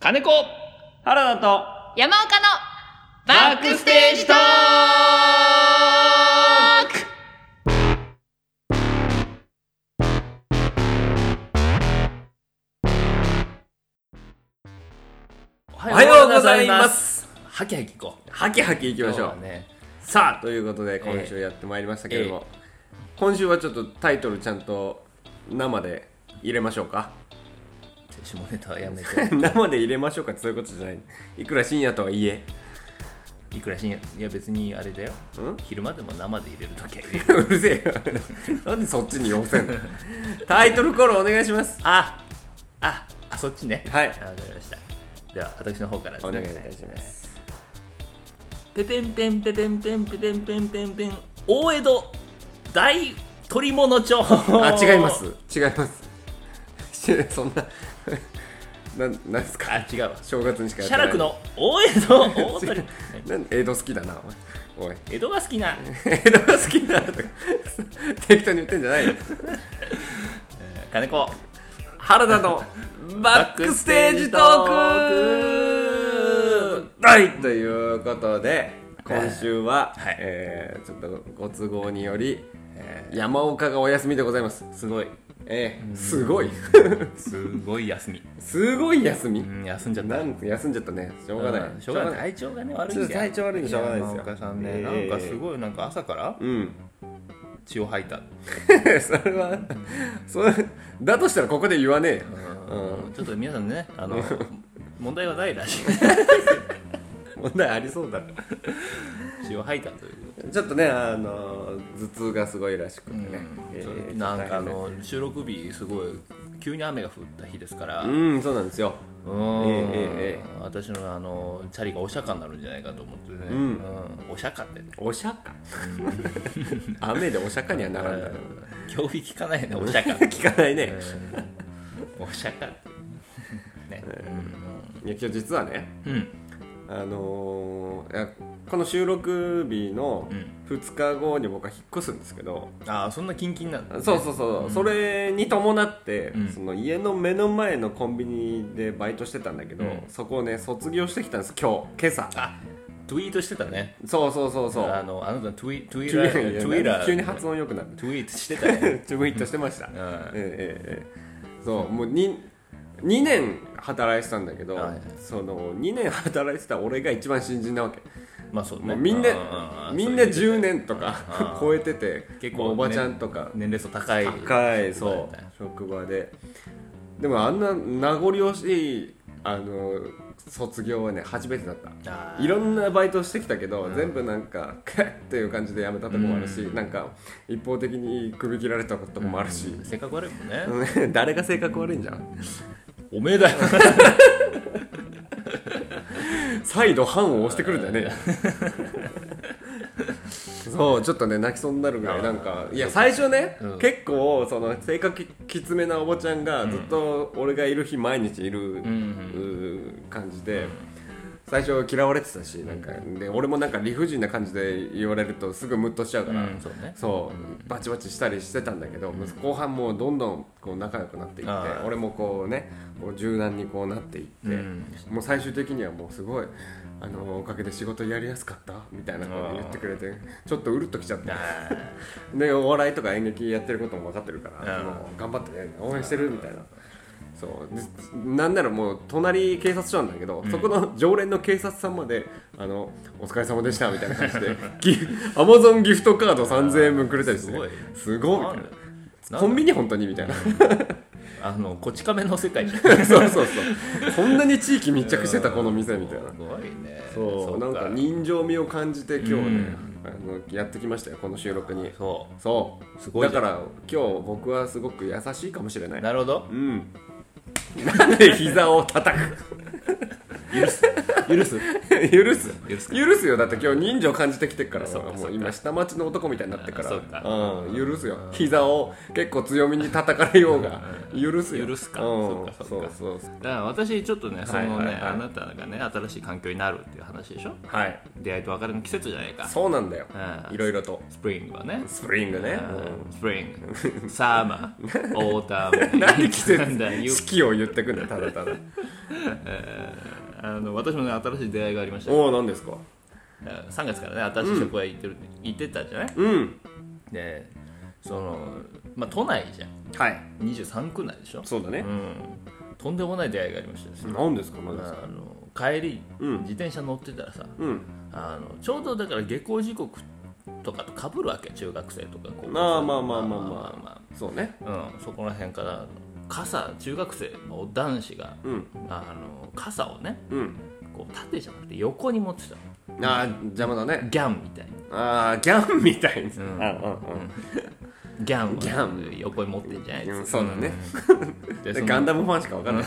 金子原田と山岡のバックステージトークお。おはようございますすはきはき行こう。ハキハキいきましょ今日うはね。さあということで今週やってまいりましたけれども、今週はちょっとタイトルちゃんと生で入れましょうか下ネタはやめて。 生で入れましょうかってそういうことじゃないいくら深夜とはいえ いくら深夜、いや別にあれだよ。ん昼間でも生で入れるときは入れる。うるせえよ なんでそっちに寄せ んのタイトルコールお願いしますあああ、そっちね。はいあわかりました。では、私の方からですおね願いいたしますペペンペンペペンペンペペンペンペンペン大江戸大取物町ああ違います違います してそんな ななんですかあ違うわ正月にしかやっ写てない楽の大江戸大違鳥うなん江戸好きだなおいおい江戸が好きな江戸が好きだとか適当に言ってんじゃないよ金子原田のバックステージトークはいということで今週は、はいえーちょっとご都合により、えー山岡がお休みでございますすごいえー、すごい すごい休みすごい休み、うん休んじゃったなん休んじゃったねしょうがない、うんしょうがない体調がね悪いんだよちょっと体調悪いんでしょうがないですやよ山岡さんねえなえんかすごいなんか朝からうん 血を吐いたそれはそれだとしたらここで言わねえようんちょっと皆さんねあ の問題はないらしい問題ありそうだろ血を吐いたというちょっとねあの頭痛がすごいらしくてね、えーそうなんかあの収録日すごい急に雨が降った日ですから、うんそうなんですようーんえええ私のあのチャリがお釈迦になるんじゃないかと思ってね、んうんお釈迦ってお釈迦雨でお釈迦にはならんだろ教費聞かないよねお釈 迦聞かないね、お釈迦ってねいや今日実はねうんあのーいやこの収録日のうん2日後に僕は引っ越すんですけど、ああそんなキンキンなんだそうそうそう、それに伴って、んその家の目の前のコンビニでバイトしてたんだけど、うんそこをね卒業してきたんです今日今朝あツイートしてたねそうそうそうそうあのあなたツイツイ急ラにーツイラー急に発音良くなるツイートして たねツイートして ました、んええええそうもう 2, 2年働いてたんだけど、はいその2年働いてた俺が一番新人なわけまあそうねもうみんううなうみんなそういう10年とあかあ 超えてて結結構構おばちゃんとか年齢層高い高いそうだそよねう職場ででもあんな名残惜しいあの卒業はね初めてだったあーいろんなバイトしてきたけど、全部なんか 「クッ」っていう感じでやめたとこもあるし、なんか一方的に首切られたこともあるし、性格悪いもんね 誰が性格悪いんじゃんおめえだよ再度判を押してくるんだよねそうちょっとね泣きそうになるぐらいなんかいや最初ね、うん結構その性格ききつめなおばちゃんがずっと俺がいる日毎日いんる、うー感じで。最初嫌われてたしなんかで俺もなんか理不尽な感じで言われるとすぐムッとしちゃうかうら、んそうねそうバチバチしたりしてたんだけど、後半もうどんどんこう仲良くなっていってああ俺もこうねこう柔軟にこうなっていって、うんもう最終的にはもうすごいあのおかげで仕事やりやすかったみたいなこと言ってくれてちょっとうるっときちゃってあーでお笑いとか演劇やってることも分かってるからうんもう頑張ってね応援してるみたいな。そうでなんならもう隣警察署なんだけど、そこの常連の警察さんまであのお疲れ様でしたみたいな感じで アマゾンギフトカード3000円分くれたりして、すごいすごいみたいなんなだよコンビニ本当にみた いなあのこち亀の世界じゃんそうそうそうこんなに地域密着してたこの店 みたいなすごいねそうっなんか人情味を感じて今日ね、あのやってきましたよこの収録にそそうすごいだじゃかんら今日僕はすごく優しいかもしれなういなるほどうんなんで膝を叩く許 す許す 許す許すか許すよだって今日人情感じてきてっからそうかもそううか今下町の男みたいになってからあそうかうん許すよ膝を結構強みに叩かれようが許すよ許すかうんそうかそうかそうそうだから私ちょっとねそのね、はいはいはいあなたがね新しい環境になるっていう話でしょはい出会いと別れの季節じゃないかそうなんだようんいろいろとスプリングはねスプリングねうんスプリングサーマーオータム なんで季なんだ節よ四季を言ってくんだよた だただあの私もね新しい出会いがありましたよおお何ですかえー3月からね新しい職場へ行ってる、行ってたじゃないうんでそのまあ都内じゃんはい23区内でしょそうだねうんとんでもない出会いがありましたですね何ですか何ですかあの帰り、うん自転車乗ってたらさうんあのちょうどだから下校時刻とかとかぶるわけ中学生とか高校生まあまあまあまあまあまそうねあまあうん、そこら辺から傘中学生の男子がうんあの傘をねうんこう縦じゃなくて横に持ってたのあー邪魔だねギャンみたいにあーギャンみたいにんあうんうんギャンをギャ横に持ってんじゃないうんそうだね、うんででそガンのダムファンしかわかんない、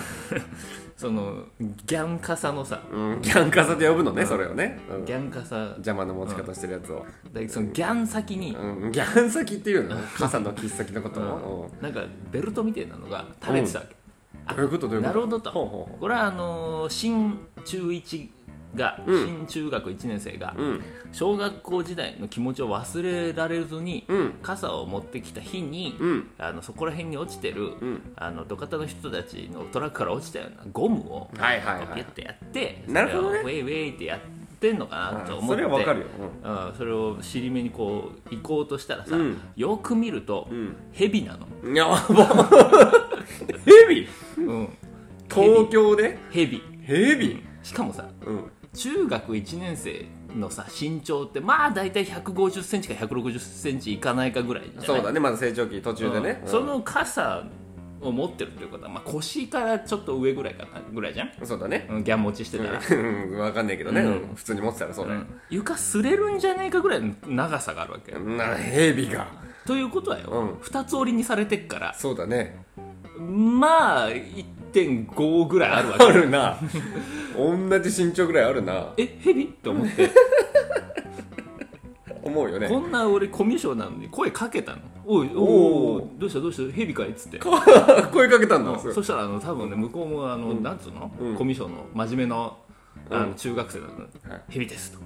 そのギャン傘のさうん、ギャン傘で呼ぶのね、それをね、うんギャン傘邪魔な持ち方してるやつを、でそのギャン先にうん、ギャン先っていうの傘の切っ先のことを、なんかベルトみたいなのが垂れてたわけ、うんどういうことどういうことなるほどとほうほうほこれはあのー新中1が、うん新中学1年生がううん小学校時代の気持ちを忘れられずに、うん傘を持ってきた日に、うんあのそこら辺に落ちてる、んあの土方の人たちのトラックから落ちたようなゴムをピはいはいはュいッてやって、なるほどねそれをウェイウェイってやってんのかなと思ってそれはわかるよ、うん、それを尻目にこう行こうとしたらさ、うんよく見ると、んヘビなの、うん、やば ヘビうん、東京でヘビヘビしかもさうん中学1年生のさ身長ってまあ大体1 5 0ンチか1 6 0ンチいかないかぐらいじゃないそうだねまだ成長期途中でね、ううんんその傘を持ってるっていうことは、まあ、腰からちょっと上ぐらいかなぐらいじゃん、そうだねうん、ギャン持ちしてたら、うんわかんないけどね、うんうん普通に持ってたらそううだ、ん床擦れるんじゃないかぐらいの長さがあるわけ、なヘビがということはよ、うん2つ折りにされてっからそうだねまあ1.5ぐらいあるわあけるな同じ身長ぐらいあるなえヘビって思って思うよねこんな俺コミュ障なのに声かけたのおいおいおいどうしたどうしたヘビかいっつって声かけたんだうんそしたらあの多分ね向こうもあの、なんつうの、うんコミュ障の真面目なあの中学生だったはのい「ヘビです」と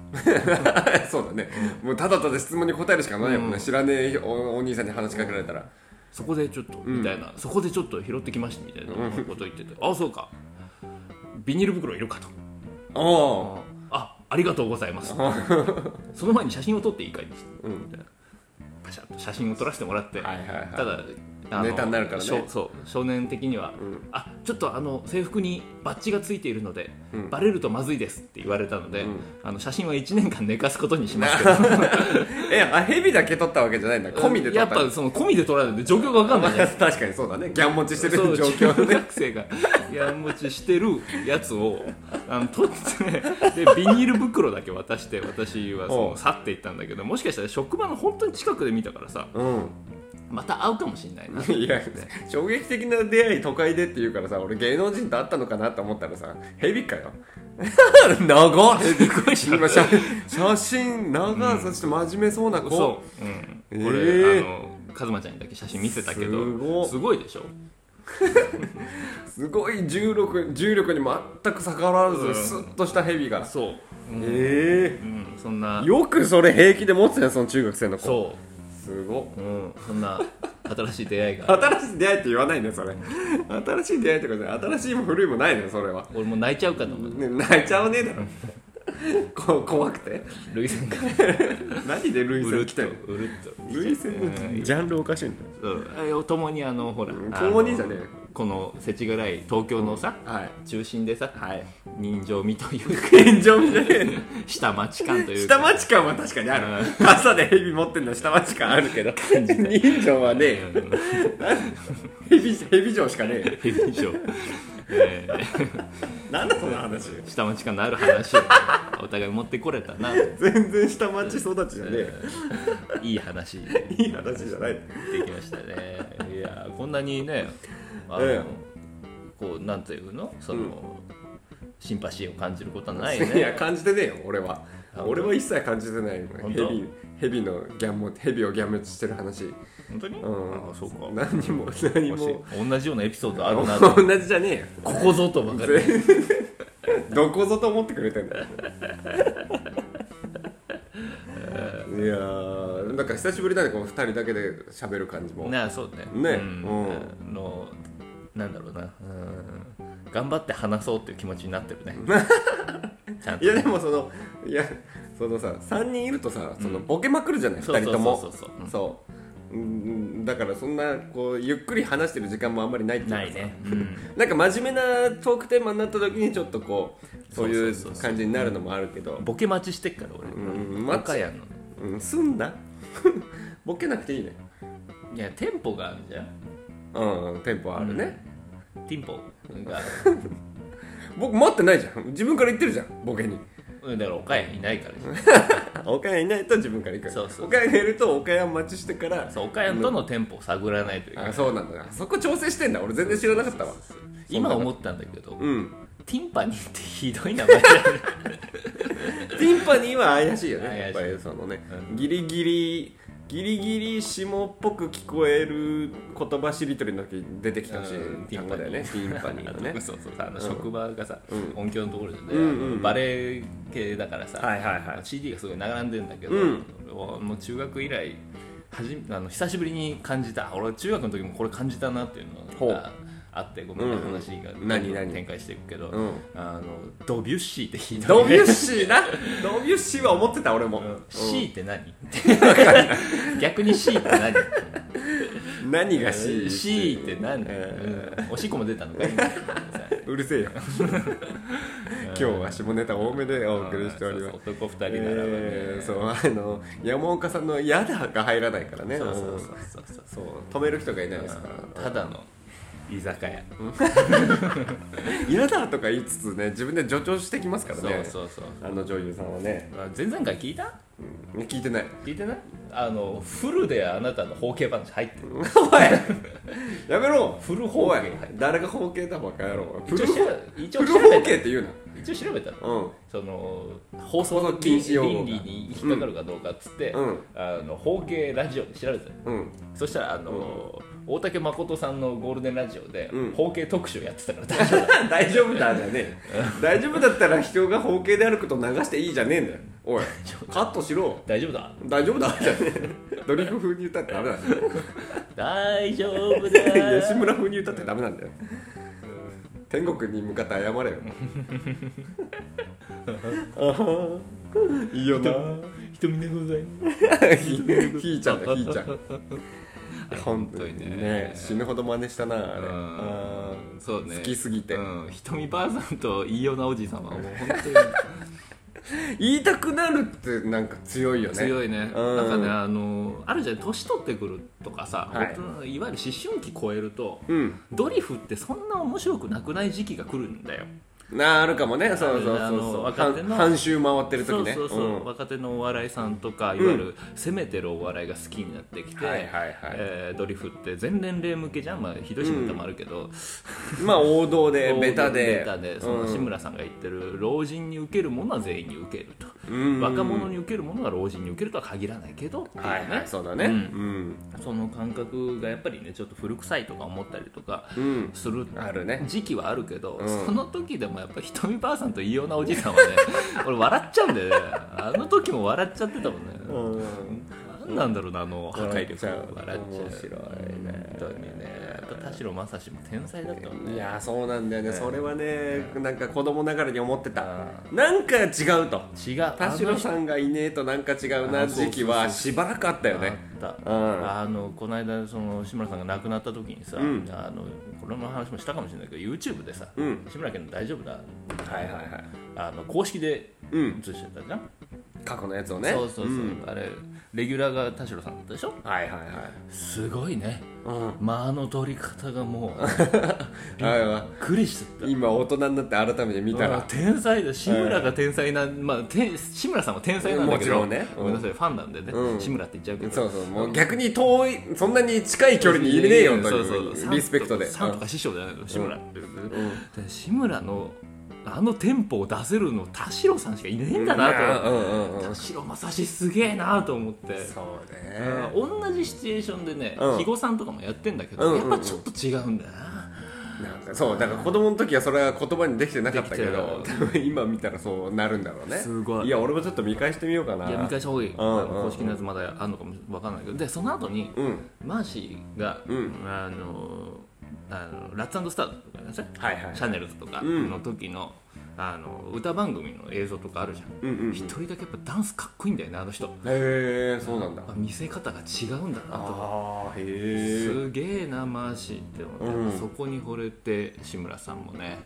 そうだね、もうただただ質問に答えるしかないもんね、うん知らねえおお兄さんに話しかけられたら、そこでちょっと、みたいなそこでちょっと拾ってきましたみたいなこと言ってて「あそうかビニール袋いるか」とおお「あありがとうござい ます」その前に写真を撮っていいかい?」うんみたいなパシャッと写真を撮らせてもらって、はいはいはいただあのネタになるからねしょそう少年的には、あちょっとあの制服にバッジがついているので、バレるとまずいですって言われたので、あの写真は1年間寝かすことにしますけどえあヘビだけ取ったわけじゃないんだ 込みで取やっ、ったぱその込みで撮らないと状況が分かんないじゃない 確かにそうだねギャン持ちしてるそう状中況で学生がやん持ちしてるやつをあの取ってでビニール袋だけ渡して私はそおのう去っていったんだけどもしかしたら職場の本当に近くで見たからさうんまた会うかもしれ ないなと思っいやて衝撃的な出会い都会でって言うからさ俺芸能人と会ったのかなと思ったらさヘビかよ長っヘビびっくりした今写写真長、そして真面目そうな子そう、うん、えーこれ、あのカズマちゃんにだけ写真見せたけすごどっすごいでしょすごい重力重力に全く逆らわうんずスッとしたヘビが、そう、うんえうんそんなえよくそれ平気で持つねその中学生の子そすごっう、うん、そんな新しい出会いが新しい出会いって言わないねそれ新しい出会いとかじゃない新しいも古いもないねそれは、俺もう泣いちゃうかと思うね、泣いちゃうねえだろこ怖くて涙腺が何で類うる腺っ来とたのうるっと類腺のジャンルおかしいんだようんあ共にあのほらんあの共にじゃねえよこの世知辛い東京のさ、はい中心でさ、はい人情味というか現状みたいな下町感という下か町感は確かにある傘でヘビ持ってんの下町感あ るけど人情はねえようんヘビヘビ城しかねえよヘビーショーえーなんだその話下町感のある話をお互い持ってこれたな全然下町育ちじゃねえよいい話でいい話じゃないきましたねいやーこんなにねあの、ええこうなんていうのその、シンパシーを感じることはないいやね感じてねえよ俺はあ俺は一切感じてないよ本ヘ当ビヘビのギャンモヘビをギャンモチしてる話うん本当に、あそうか何にも何も同じようなエピソードあるなと同じじゃねえよここぞとばかり どこぞと思ってくれてんだ よいやーなんか久しぶりだねこの2人だけで喋る感じもなあそうねねうんうあのなんだろうなうん頑張って話そうっていう気持ちになってる ねちゃんといやでもそのいやそのさ3人いるとさそのボケまくるじゃない、そう2人ともそうそうそうそううんそううんだからそんなこうゆっくり話してる時間もあんまりないっていうかさないね、うんなんか真面目なトークテーマになった時にちょっとこうそういそうそううそう感じになるのもあるけどボケ待ちしてっから俺、ん待ち若やんのうんすんな ボケなくていいねいやテンポがあるじゃんうんテンポあるね、ティンポが僕待ってないじゃん自分から言ってるじゃんボケにうんだから岡山いないからじゃん岡山いないと自分から行くそうそう岡山がいると岡山待ちしてからそう岡山とのテンポを探らないというかあそうなんだそこ調整してんだ俺全然知らなかったわ今思ったんだけど、うんティンパニーってひどい名前だよねティンパニーは怪しいよね怪しいやっぱりそのね、うギリギリギリギリ下っぽく聞こえる言葉しりとりの時に出てきてほしいうん単語だよねティンパニーのねそうそうさあの職場がさ、音響のところで、ねんうんうんバレエ系だからさ、 はいはいはい CD がすごい並んでんだけど、うん俺はもう中学以来はじあの久しぶりに感じた俺は中学の時もこれ感じたなっていうのほがうあってごめんねうんうん話が何何展開していくけど、うんあのドビュッシーってひどドいビねュッシー なドビュッシーは思ってた俺も、 C って何逆に C って何うん何が C, C って何、えうんおしっこも出たのかいうるせ えよ今日は下ネタ多めでお送りしておりますそうそう男2人並ぶね、えーそうあの山岡さんの「やだ」が入らないからねそうそううんそうそうそう止める人がいないですからただの居酒屋「やだ」とか言いつつね自分で助長してきますからそうねそうそうあの女優さんはね、あ前々回聞いたうん聞いてない聞いてないあのフルであなたの包茎話入ってるおいやめろフル包茎おい誰が包茎だバカ野郎フ一ル応包調茎べ一応フル調包べ茎てって言う一応調べたのなうんその放送放送禁止用語が倫理に引っかかるかどうかっつって、うんあの包茎ラジオで調べたのうんそしたらあの、大竹誠さんのゴールデンラジオでうん包茎特集やってたから 大丈夫 大丈夫だじゃねえ大丈夫だったら人が包茎であることを流していいじゃねえんだよ おいカットしろ大丈夫だ大丈夫だじゃねえドリフ風に歌ってダメなんだよ大丈夫 だ吉村風に歌ってダメなんだよ天国に向かって謝れよあはーいいよな瞳でございますひいちゃんだひいちゃん本当にね死ぬほど真似したなあれうんあそうーね好きすぎて、うん、瞳ばあさんと飯尾なおじさんはもう本当に言いたくなるってなんか強いよね強いね、うんなんかねあのあるじゃん年取ってくるとかさ、はい大人いわゆる思春期超えると、うんドリフってそんな面白くなくない時期が来るんだよ、なあるかもねそうそうあそうのそう若手の半周回ってるそ時うねそうそう、ん若手のお笑いさんとかいわゆる攻めてるお笑いが好きになってきて、はいはいはいえードリフって全年齢向けじゃん、まあ、ひどい下ネタもあるけど、まあ王道でベタでベタでその志村さんが言ってる老人に受けるものは全員に受けると、若者に受けるものが老人に受けるとは限らないけどっていうね、はいはいそうだねううんんその感覚がやっぱりねちょっと古臭いとか思ったりとかうんするあるね時期はあるけど、うんその時でもやっぱひとみばあさんと異様なおじさん はね俺笑っちゃうんだよねあの時も笑っちゃってたもんね、なんなんだろうなあの破壊力笑っちゃう笑っちゃう面白いね本当にねやっぱ田代正史も天才だったもんねいやーそうなんだよねそれはねなんか子供ながらに思ってたなんか違うと違う田代さんがいねえとなんか違うあなの人時期はしばらくあったよねあった、うんあのこの間その志村さんが亡くなった時にさ、うんあのこれの話もしたかもしれないけど YouTube でさ、うん志村けんの大丈夫だはいはいはいあの公式でうん映してたじゃん、過去のやつをねそうそうそう、んあれレギュラーが田代さんだったでしょはいはいはいすごいねうん間の取り方がもうあれはびっくりしちゃった今大人になって改めて見たうんら天才だ志村が天才な、まあ、て志村さんも天才なんだけどもちろんねうんごめんなさいファンなんでね、うん志村って言っちゃうけどそうそうもう逆に遠いそんなに近い距離にいれねえよとそうそういうリスペクトでさんとか師匠じゃないの志村って、で志村のあのテンポを出せるの田代さんしかいねえんだなとうんうんうんう田ん代正史すげえなと思ってそううんね同じシチュエーションでねうん肥後さんとかもやってんだけうんどうんやうっんぱちょっと違うんだよななんかそうだから子供の時はそれは言葉にできてなかったけどでき多分今見たらそうなるんだろうねすごいや俺もちょっと見返してみようかないいや見返した方がいいあうんうんの公式のやつまだあるのかも分かんないけどでその後にうんマーシーがうんあのあのラッツスターとかねはいはいシャネルズとかうんの時のあの歌番組の映像とかあるじゃんうんうんうん一人だけやっぱダンスかっこいいんだよねあの人へえそうなんだ見せ方が違うんだなとああへえすげえなマーシーって思って、うんそこに惚れて志村さんもね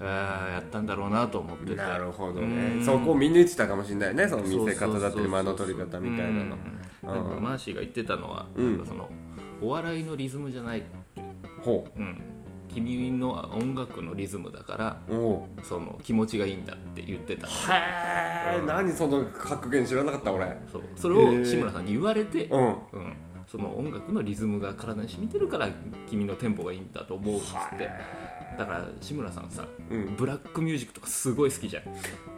あーやったんだろうなと思っててなるほうどねんそこを見抜いてたかもしれないねその見せそう方そだうそったうりそう間の取り方みたういなのんなんかうんマーシーが言ってたのは、うんなんかそのお笑いのリズムじゃない、ほうん、君のは音楽のリズムだからうおうその気持ちがいいんだって言ってたへえ何その格言知らなかった俺そうそれへえを志村さんに言われて、ううんん、その音楽のリズムが体に染みてるから君のテンポがいいんだと思うっつってだから志村さんさ、うんブラックミュージックとかすごい好きじゃ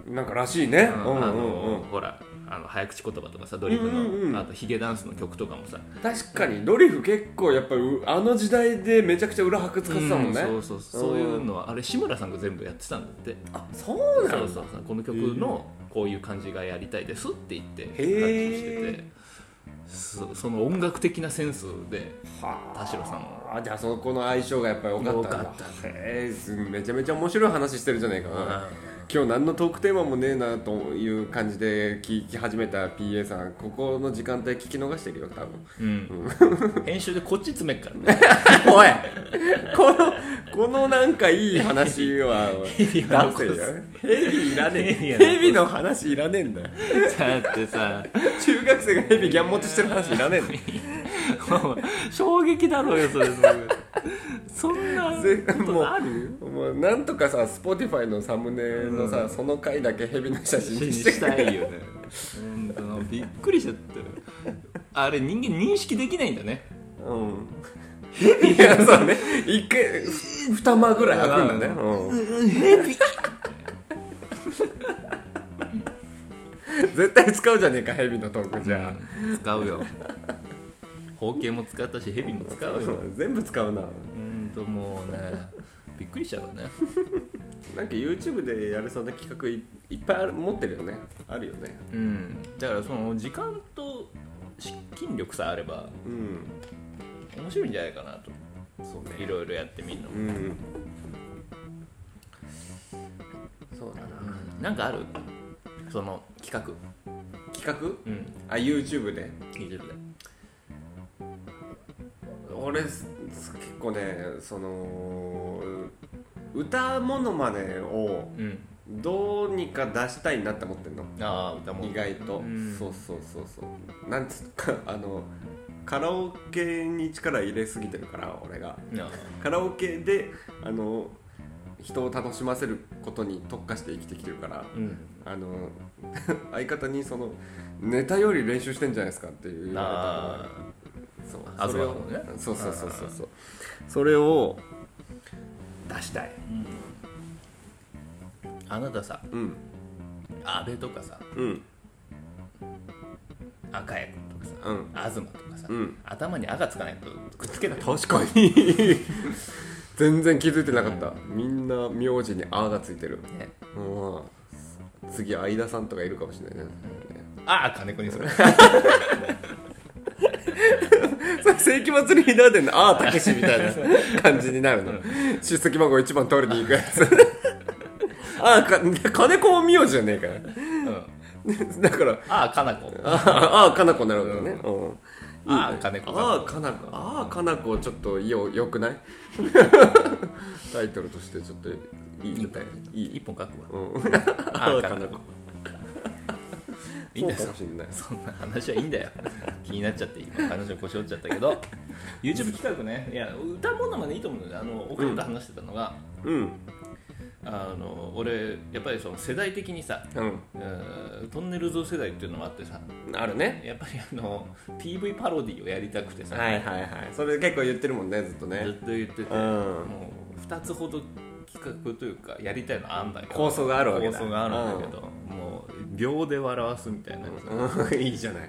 ん、なんからしいねあうんうんうのんほらあの早口言葉とかさドリフの、うんうんうんあとヒゲダンスの曲とかもさ確かにドリフ結構やっぱりうあの時代でめちゃくちゃ裏拍使ってたもんねうんそうそうそういうのはあれ志村さんが全部やってたんだってあそうなそのうそうそうこの曲のこういう感じがやりたいですって言ってー発注しててそその音楽的なセンスでは田代さんはああじゃあそこの相性がやっぱり良かったんだ良かったへえすめちゃめちゃ面白い話してるじゃないかな、今日何のトークテーマもねえなという感じで聞き始めた PA さんここの時間帯聞き逃してるよ多 分うん、編集でこっち詰めっからねおいこのこのなんかいい話 はビは残す男性じゃんヘビいらねヘビえは残すヘビの話いらねえん だよだってさ中学生がヘビギャン持ちしてる話いらねえんだよ もう衝撃だろうよそれす ごいそんなぜことあるもうなんとかさ Spotify のサムネのさ、その回だけヘビの写真にしてしたいよね本当のびっくりしちゃったよあれ人間認識できないんだねうんいやそうね一回ふ二間ぐらい開くんだね、うん絶対使うじゃねえかヘビのトークじゃあ、使うよ包茎も使ったしヘビも使うそよう全部使うなうんともうねびっくりしちゃうよねなんか YouTube でやるそうな企画いいっぱいある持ってるよねあるよねうんだからその時間と資金力さえあればうん面白いんじゃないかなとそういろいろやってみるのもうんそうだななんかあるその企画企うん画あ YouTube で YouTube で俺す結構ねその歌ものまねをうんどうにか出したいなって思ってんのああ歌も意外と、うんそうそうそうそうなんつうかあのカラオケに力入れすぎてるから俺がああカラオケであの人を楽しませることに特化して生きてきてるからうんあの 相方にそのネタより練習してんじゃないですかっていうあそうあそれそをうなのねそうそうそうそうそうそれを出したいああなたさうん阿部とかさうん赤谷君とかさ、うん東とかさ、うん頭に「あ」がつかないとくっつけない確かに全然気づいてなかったみんな名字に「あ」がついてるねうん次相田さんとかいるかもしれないねああ金子 にするそれ世紀末リーダーでの「あ」たけしみたいな感じになるの出席番号1番取りに行くや つああ金子も名字じゃねえかうんら だから ああ金子ああ、かなこになるわけだね。うんああ金子ああ、かなこ。ああ、かなこ、ちょっとよ、よくない タイトルとしてちょっといいみたい。いい。一本書くわ うん。ああかな金こ子。いいんだよそうかもしれない。そんな話はいいんだよ気になっちゃって今話を腰折っちゃったけど YouTube 企画ねいや歌ものまでいいと思うんだよねあの奥野と話してたのが、うん。あの俺やっぱりその世代的にさううんトンネルズ世代っていうのもあってさん。あるね。やっぱりあの PV パロディをやりたくてさ、はいはいはい。それ結構言ってるもんね、ずっとずねっ。と言ってて、うんもう2つほど画というかやりたいのあんだけど構想があるわけだ構想があるんだけど、もう秒で笑わすみたいなやつ、うん いいじゃない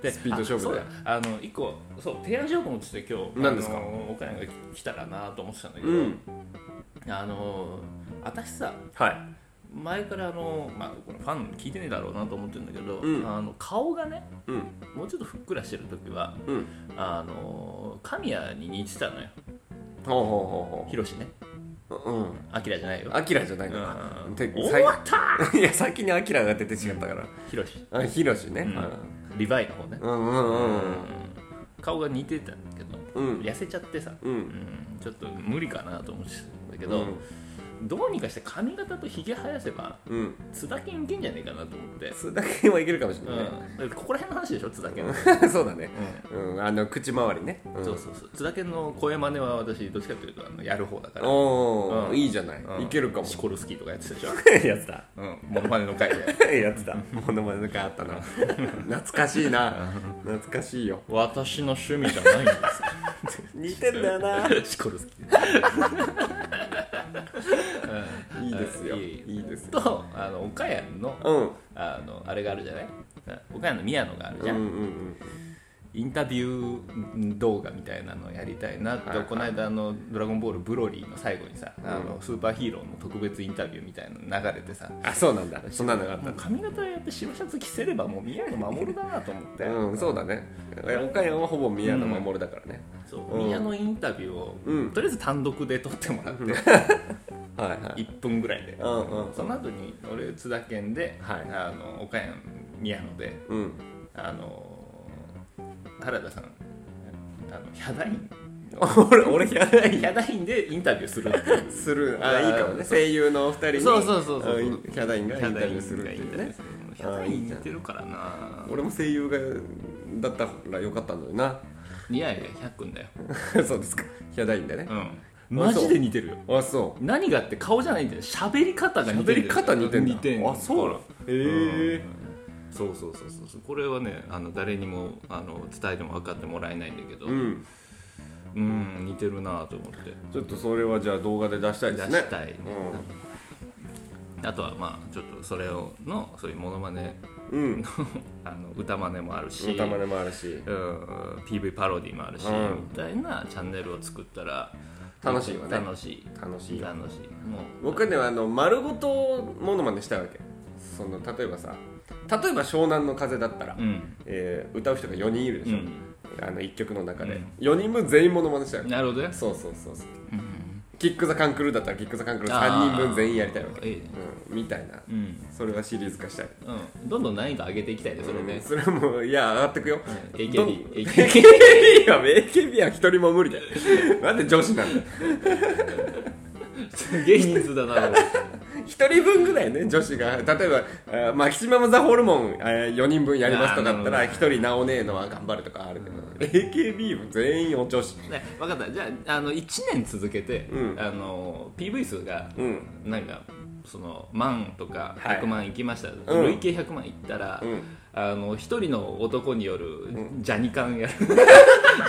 でスピード勝負であそうだあの一個そう提案しようと思ってて今日何ですかあの岡山が来たらなと思ってたんだけうど、んあの私さはい前からあの、まあ、これファン聞いてねえだろうなと思ってるんだけど、うんあの顔がねうんもうちょっとふっくらしてる時はうんあの神谷に似てたのよほうほヒロシねうほうほううんアキラじゃないよアキラじゃないのかうんて終わった最 いや先にアキラが出て違ったからヒロシあヒロシね、うんリヴァイの方ね、うん、うんうん顔が似てたんだけど、うん痩せちゃってさ、うんううんん、ちょっと無理かなと思ってたんだけけど、どうにかして髪型とひげ生やせばうん津田健いけんじゃねえかなと思って、それだけはいけるかもしれうないね、ん、だってここら辺の話でしょ津田健の、 そうだねうんあの口周りね、うん、そうそうそう津田健の声真似は私どっちかというとあのやる方だから、おお、うんいいじゃない、うんいけるかもシコルスキーと かやってたでしょやつだうんモノマネの回でやつだモノマネとかあったな懐かしいな懐かしいよ 私の趣味じゃないんで似てんだよなす シコルスキーいいですよいいいいですよとあの岡谷のうんあのあれがあるじゃないうん岡谷の宮野があるうんじゃ、うんんインタビュー動画みたいなのやりたいなと、はいはいこの間あの「ドラゴンボールブロリー」の最後にさ、あうのスーパーヒーローの特別インタビューみたいなの流れてさうんあそうなんだそんなのがあっもう髪型やって白シャツ着せればもう宮野守るだなと思ってたうんそうだね岡山はほぼ宮野守だからね、そううん宮野インタビューを、うんとりあえず単独で撮ってもらってはいはい1分ぐらいで、うんうんその後に俺津田健で、はいあの岡山宮野でうんあの原田さんあのヒャダイン 俺俺ヒャダイヒャダインでインタビューするっていうンするあいいかもね声優のお二人にそうそうそうそうんヒャダインがインタビューするっていうねヒャダイン似てるからな俺も声優がだったらよかったんだよな 似合いが100くんだよそうですかヒャダインだねうんマジで似てるよあそ何がって顔じゃないんだよ喋り方がう似てる喋り方似てんだ似てんのあそうなのへえそうそうそうそうそうこれはねあの誰にもあの伝えても分かってもらえないんだけどう、うんん似てるなと思ってちょっとそれはじゃあ動画で出したい出ですねしたい、ねあとはまあちょっとそれをのそういうモノマネ うん、うん、あの歌マネもあるし歌まねもあるしうん、PV パロディもあるし、うんみたいなチャンネルを作ったら楽しいわね楽しい楽しいわ楽しいもう僕ねあの丸ごとものまねしたいわけその例えばさ例えば「湘南の風」だったら、うん、えー歌う人が4人いるでしょ、うんあの1曲の中で、うん4人分全員ものまねしたいわけなるほどね、そうそうそうそううん、キック・ザ・カンクルーだったらキック・ザ・カンクルーあー3人分全員やりたいわけ、いいねうん、みたいなうん、それはシリーズ化したいうん、どんどん難易度上げていきたいねそれね、それもいや上がってくよ、どん AKB AKB AKB は AKB は一人も無理だよなんで女子なんだよすげえ人数だな一人分ぐらいね女子が例えばあーマキシマム・ザ・ホルモン4人分やりますとかだったあらー一人なお姉のは頑張るとかあるけど AKB も全員お女子ね、分かったじゃああの1年続けて、うんあの PV 数が、うんなんかその万とかはい100万いきました、うん累計100万いったら、うんあの一人の男によるジャニカンやる、ジ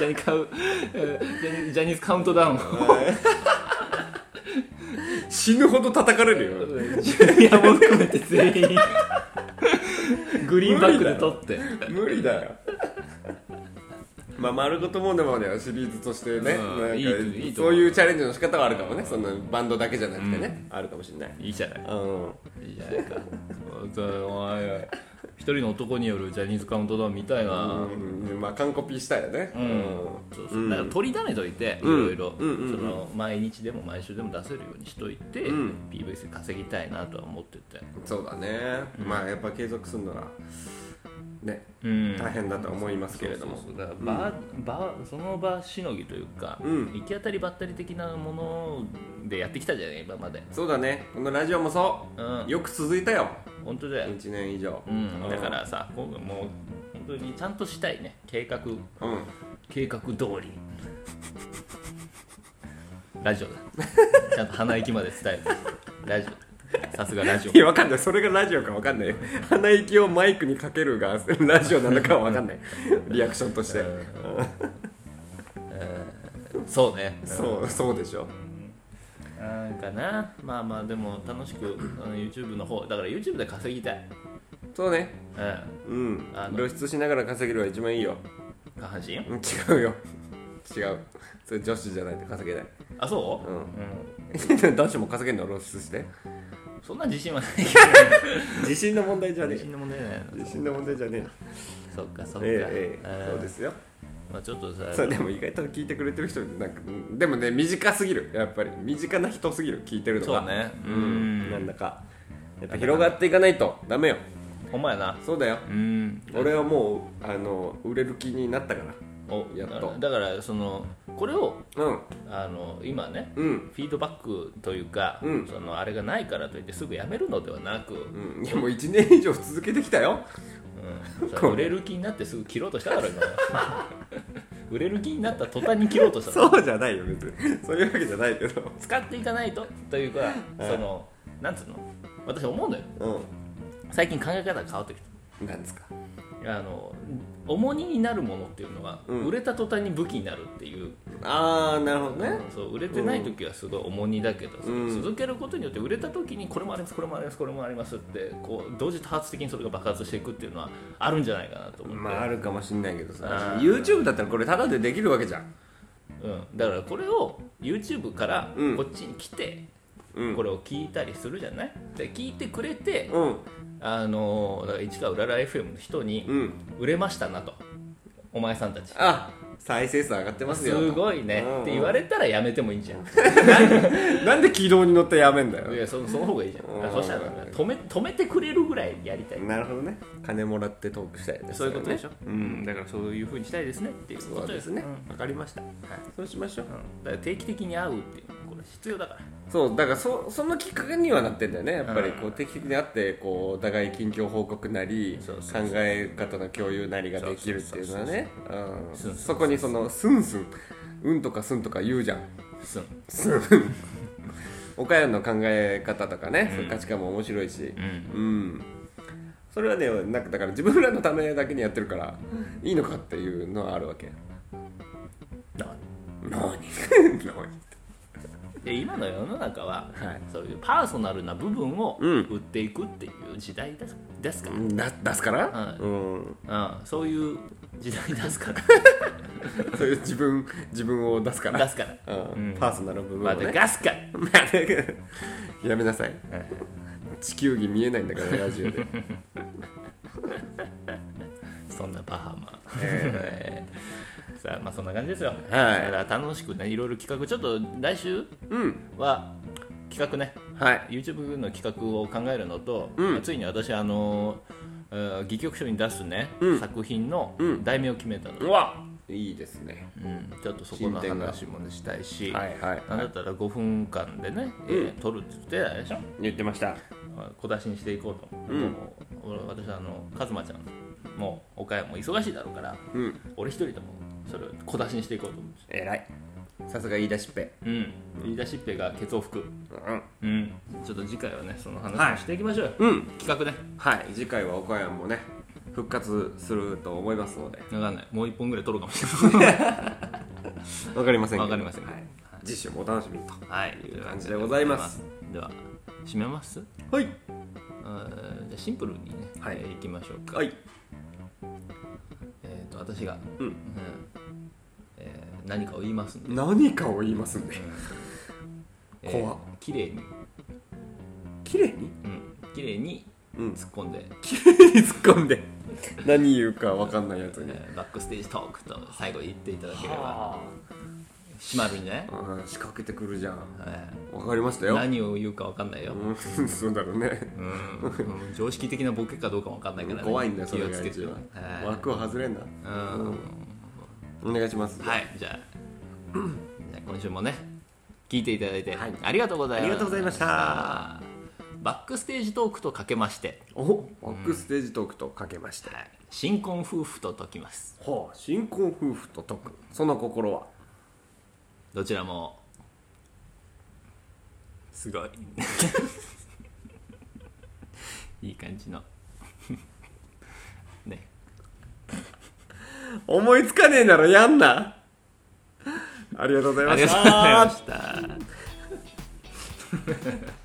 ャニカウえージャニジャニーズカウントダウンを死ぬほど叩かれるよジュニアも含めて全員グリーンバックで撮って無理だよまあ丸ごとものまねはシリーズとしてね、うんなんかいいいいとそ思うういうチャレンジの仕方はあるかもねそのバンドだけじゃなくてね、あるかもしれないいいじゃないうんいいじゃないかそうお前一人の男によるジャニーズカウントダウンみたいな、うんまあ完コピしたいよねうんそうそうだから取りだめといていうんろいろそうんうんうんの毎日でも毎週でも出せるようにしといてうん PV 数稼ぎたいなとは思っててそうだね、まあやっぱ継続するのはねうん大変だと思いますけれどもそうそうそうだから場、場その場しのぎというか、うん行き当たりばったり的なものでやってきたじゃない今までそうだねこのラジオもそうう、んよく続いたよ本当だよ、 1年以上うん、だからさ今度もう本当にちゃんとしたいね計画うん計画通りラジオだちゃんと鼻息まで伝えるラジオさすがラジオいやわかんないそれがラジオかわかんないよ鼻息をマイクにかけるがラジオなのかはわ かんないリアクションとして、そうねそうそうでしょあなんかなまあまあでも楽しくあの YouTube の方だから YouTube で稼ぎたいそうねうんうんあの露出しながら稼げるは一番いいよ下半身うん違うよ違うそれ女子じゃないと稼げないあそううんん 男子も稼げるの露出してそんな自信はないけ自信の問題じどゃね自信の問題じゃないえの自信の問題じゃねえなそっかそっか、ええええんそうですよまあちょっとさそうでも意外と聞いてくれてる人なんかうんでもね短すぎるやっぱり身近な人すぎる聞いてるのがそうねううんんなんだかやっぱ広がっていかないとダメよほんまやなそうだようん俺はもうあの売れる気になったかおやっとだからそのこれをらうんあの今ねうんフィードバックというか、うんそのあれがないからといってすぐやめるのではなく、うんうんいやもう1年以上続けてきたよそれ売れる気になってすぐ切ろうとしたから今 売れる気になった途端に切ろうとしたのそうじゃないよ別にそういうわけじゃないけど使っていかないとというか、そのなんつうの私思うのよう最近考え方が変わってきんなんですかたあの重荷になるものっていうのは、うん売れた途端に武器になるっていうああなるほどねそう売れてない時はすごい重荷だけど、うん続けることによって売れた時にこれもありますこれもありますこれもありますってこう同時多発的にそれが爆発していくっていうのはあるんじゃないかなと思って、まああるかもしんないけどさあー YouTube だったらこれタダでできるわけじゃんうん、だからこれを YouTube からうんこっちに来て、うんこれを聞いたりするじゃないで聞いてくれて、うんあのーだから市川うらら FM の人にうん売れましたなとお前さんたちあ再生数上がってますよとすごいねって言われたらやめてもいいんじゃんなんで軌道に乗ってやめんだいよやそのその方がいいじゃうんんそしたら止め止めてくれるぐらいやりたいなるほどね金もらってトークしたいですそうよいうねことでしょ、ううんん、だからそういうふうにしたいですねっていうこそうとですねうんわかりましたそうしましょううん、だから定期的に会うっていうのはこれ必要だからそうだからそそのきっかけにはなってんだよねやっぱうりんこう定期的に会ってこうお互い近況報告なりそ考うそうそうえ方の共有なりができるっていうのはねうんそうそうそうそこにそのスンスンうんとかすんとか言うじゃんすんスン 岡山の考え方とかね、そういう価値観も面白いしうんうんそれはねなんかだから自分らのためだけにやってるからいいのかっていうのはあるわけな 何で今の世の中は、はいそういうパーソナルな部分をうん売っていくっていう時代ですですから、 だ出すから、はいうんうん、そういう時代ですから そういう自分自分を出すから出すから、うん、パーソナル部分をまたね、 ガスかやめなさい地球儀見えないんだからラジオで、そんなバハマえさあまあそんな感じですよ、はいだから楽しくねいろいろ企画ちょっと来週ーうんは企画ねはい YouTube の企画を考えるのと、うんついに私あのえー戯曲書に出すね、うん作品のうん題名を決めたの、うわいいですねうんちょっとそこの進展が話もねしたいし、はいはいなんだったら5分間でね、えー撮るって言ってたでしょ言ってました小出しにしていこうと、うんもう俺私あの和馬ちゃんも岡山も忙しいだろうからうん俺一人でもそれを小出しにしていこうと思うんですよ偉いさすが言い出しっぺうん言い出しっぺがケツを吹くうんうんちょっと次回はねその話をしていきましょうよ、うん企画ねはい次回は岡山もね復活すると思いますのでわかんないもう一本ぐらい取るかもしれないわかりませんけどわかりませんはい、次週もお楽しみにとはい、という感じでございます。では、締めますうはいーんじゃあシンプルにね、はいえーいきましょうか。はいえっ、と、私が、うんえー何かを言いますんで、何かを言いますんでえー怖っ綺麗に、綺麗にうん、綺麗にうん突っ込んで、突っ込んで何言うかわかんないやつにえーバックステージトークと最後言っていただければ、締まるんじゃない、うん仕掛けてくるじゃんえわかりましたーよ何を言うかわかんないよ。うんそうだろうねうんうん常識的なボケかどうかわかんないから、ね、怖いんだよそ気れをがつけて一ね、番はい枠を外れんなうんお願いしますはい、 じゃあ、じゃあ今週もね、聞いていただいて、はいありがとうございました。ありがとうございましたバックステージトークとかけまして、おバックステージトークとかけましたはい新婚夫婦と解きます。はあ新婚夫婦と解くその心はどちらも、すごい。 いい感じの。 ね、思いつかねえならやんなありがとうございあまりしがとうたございました。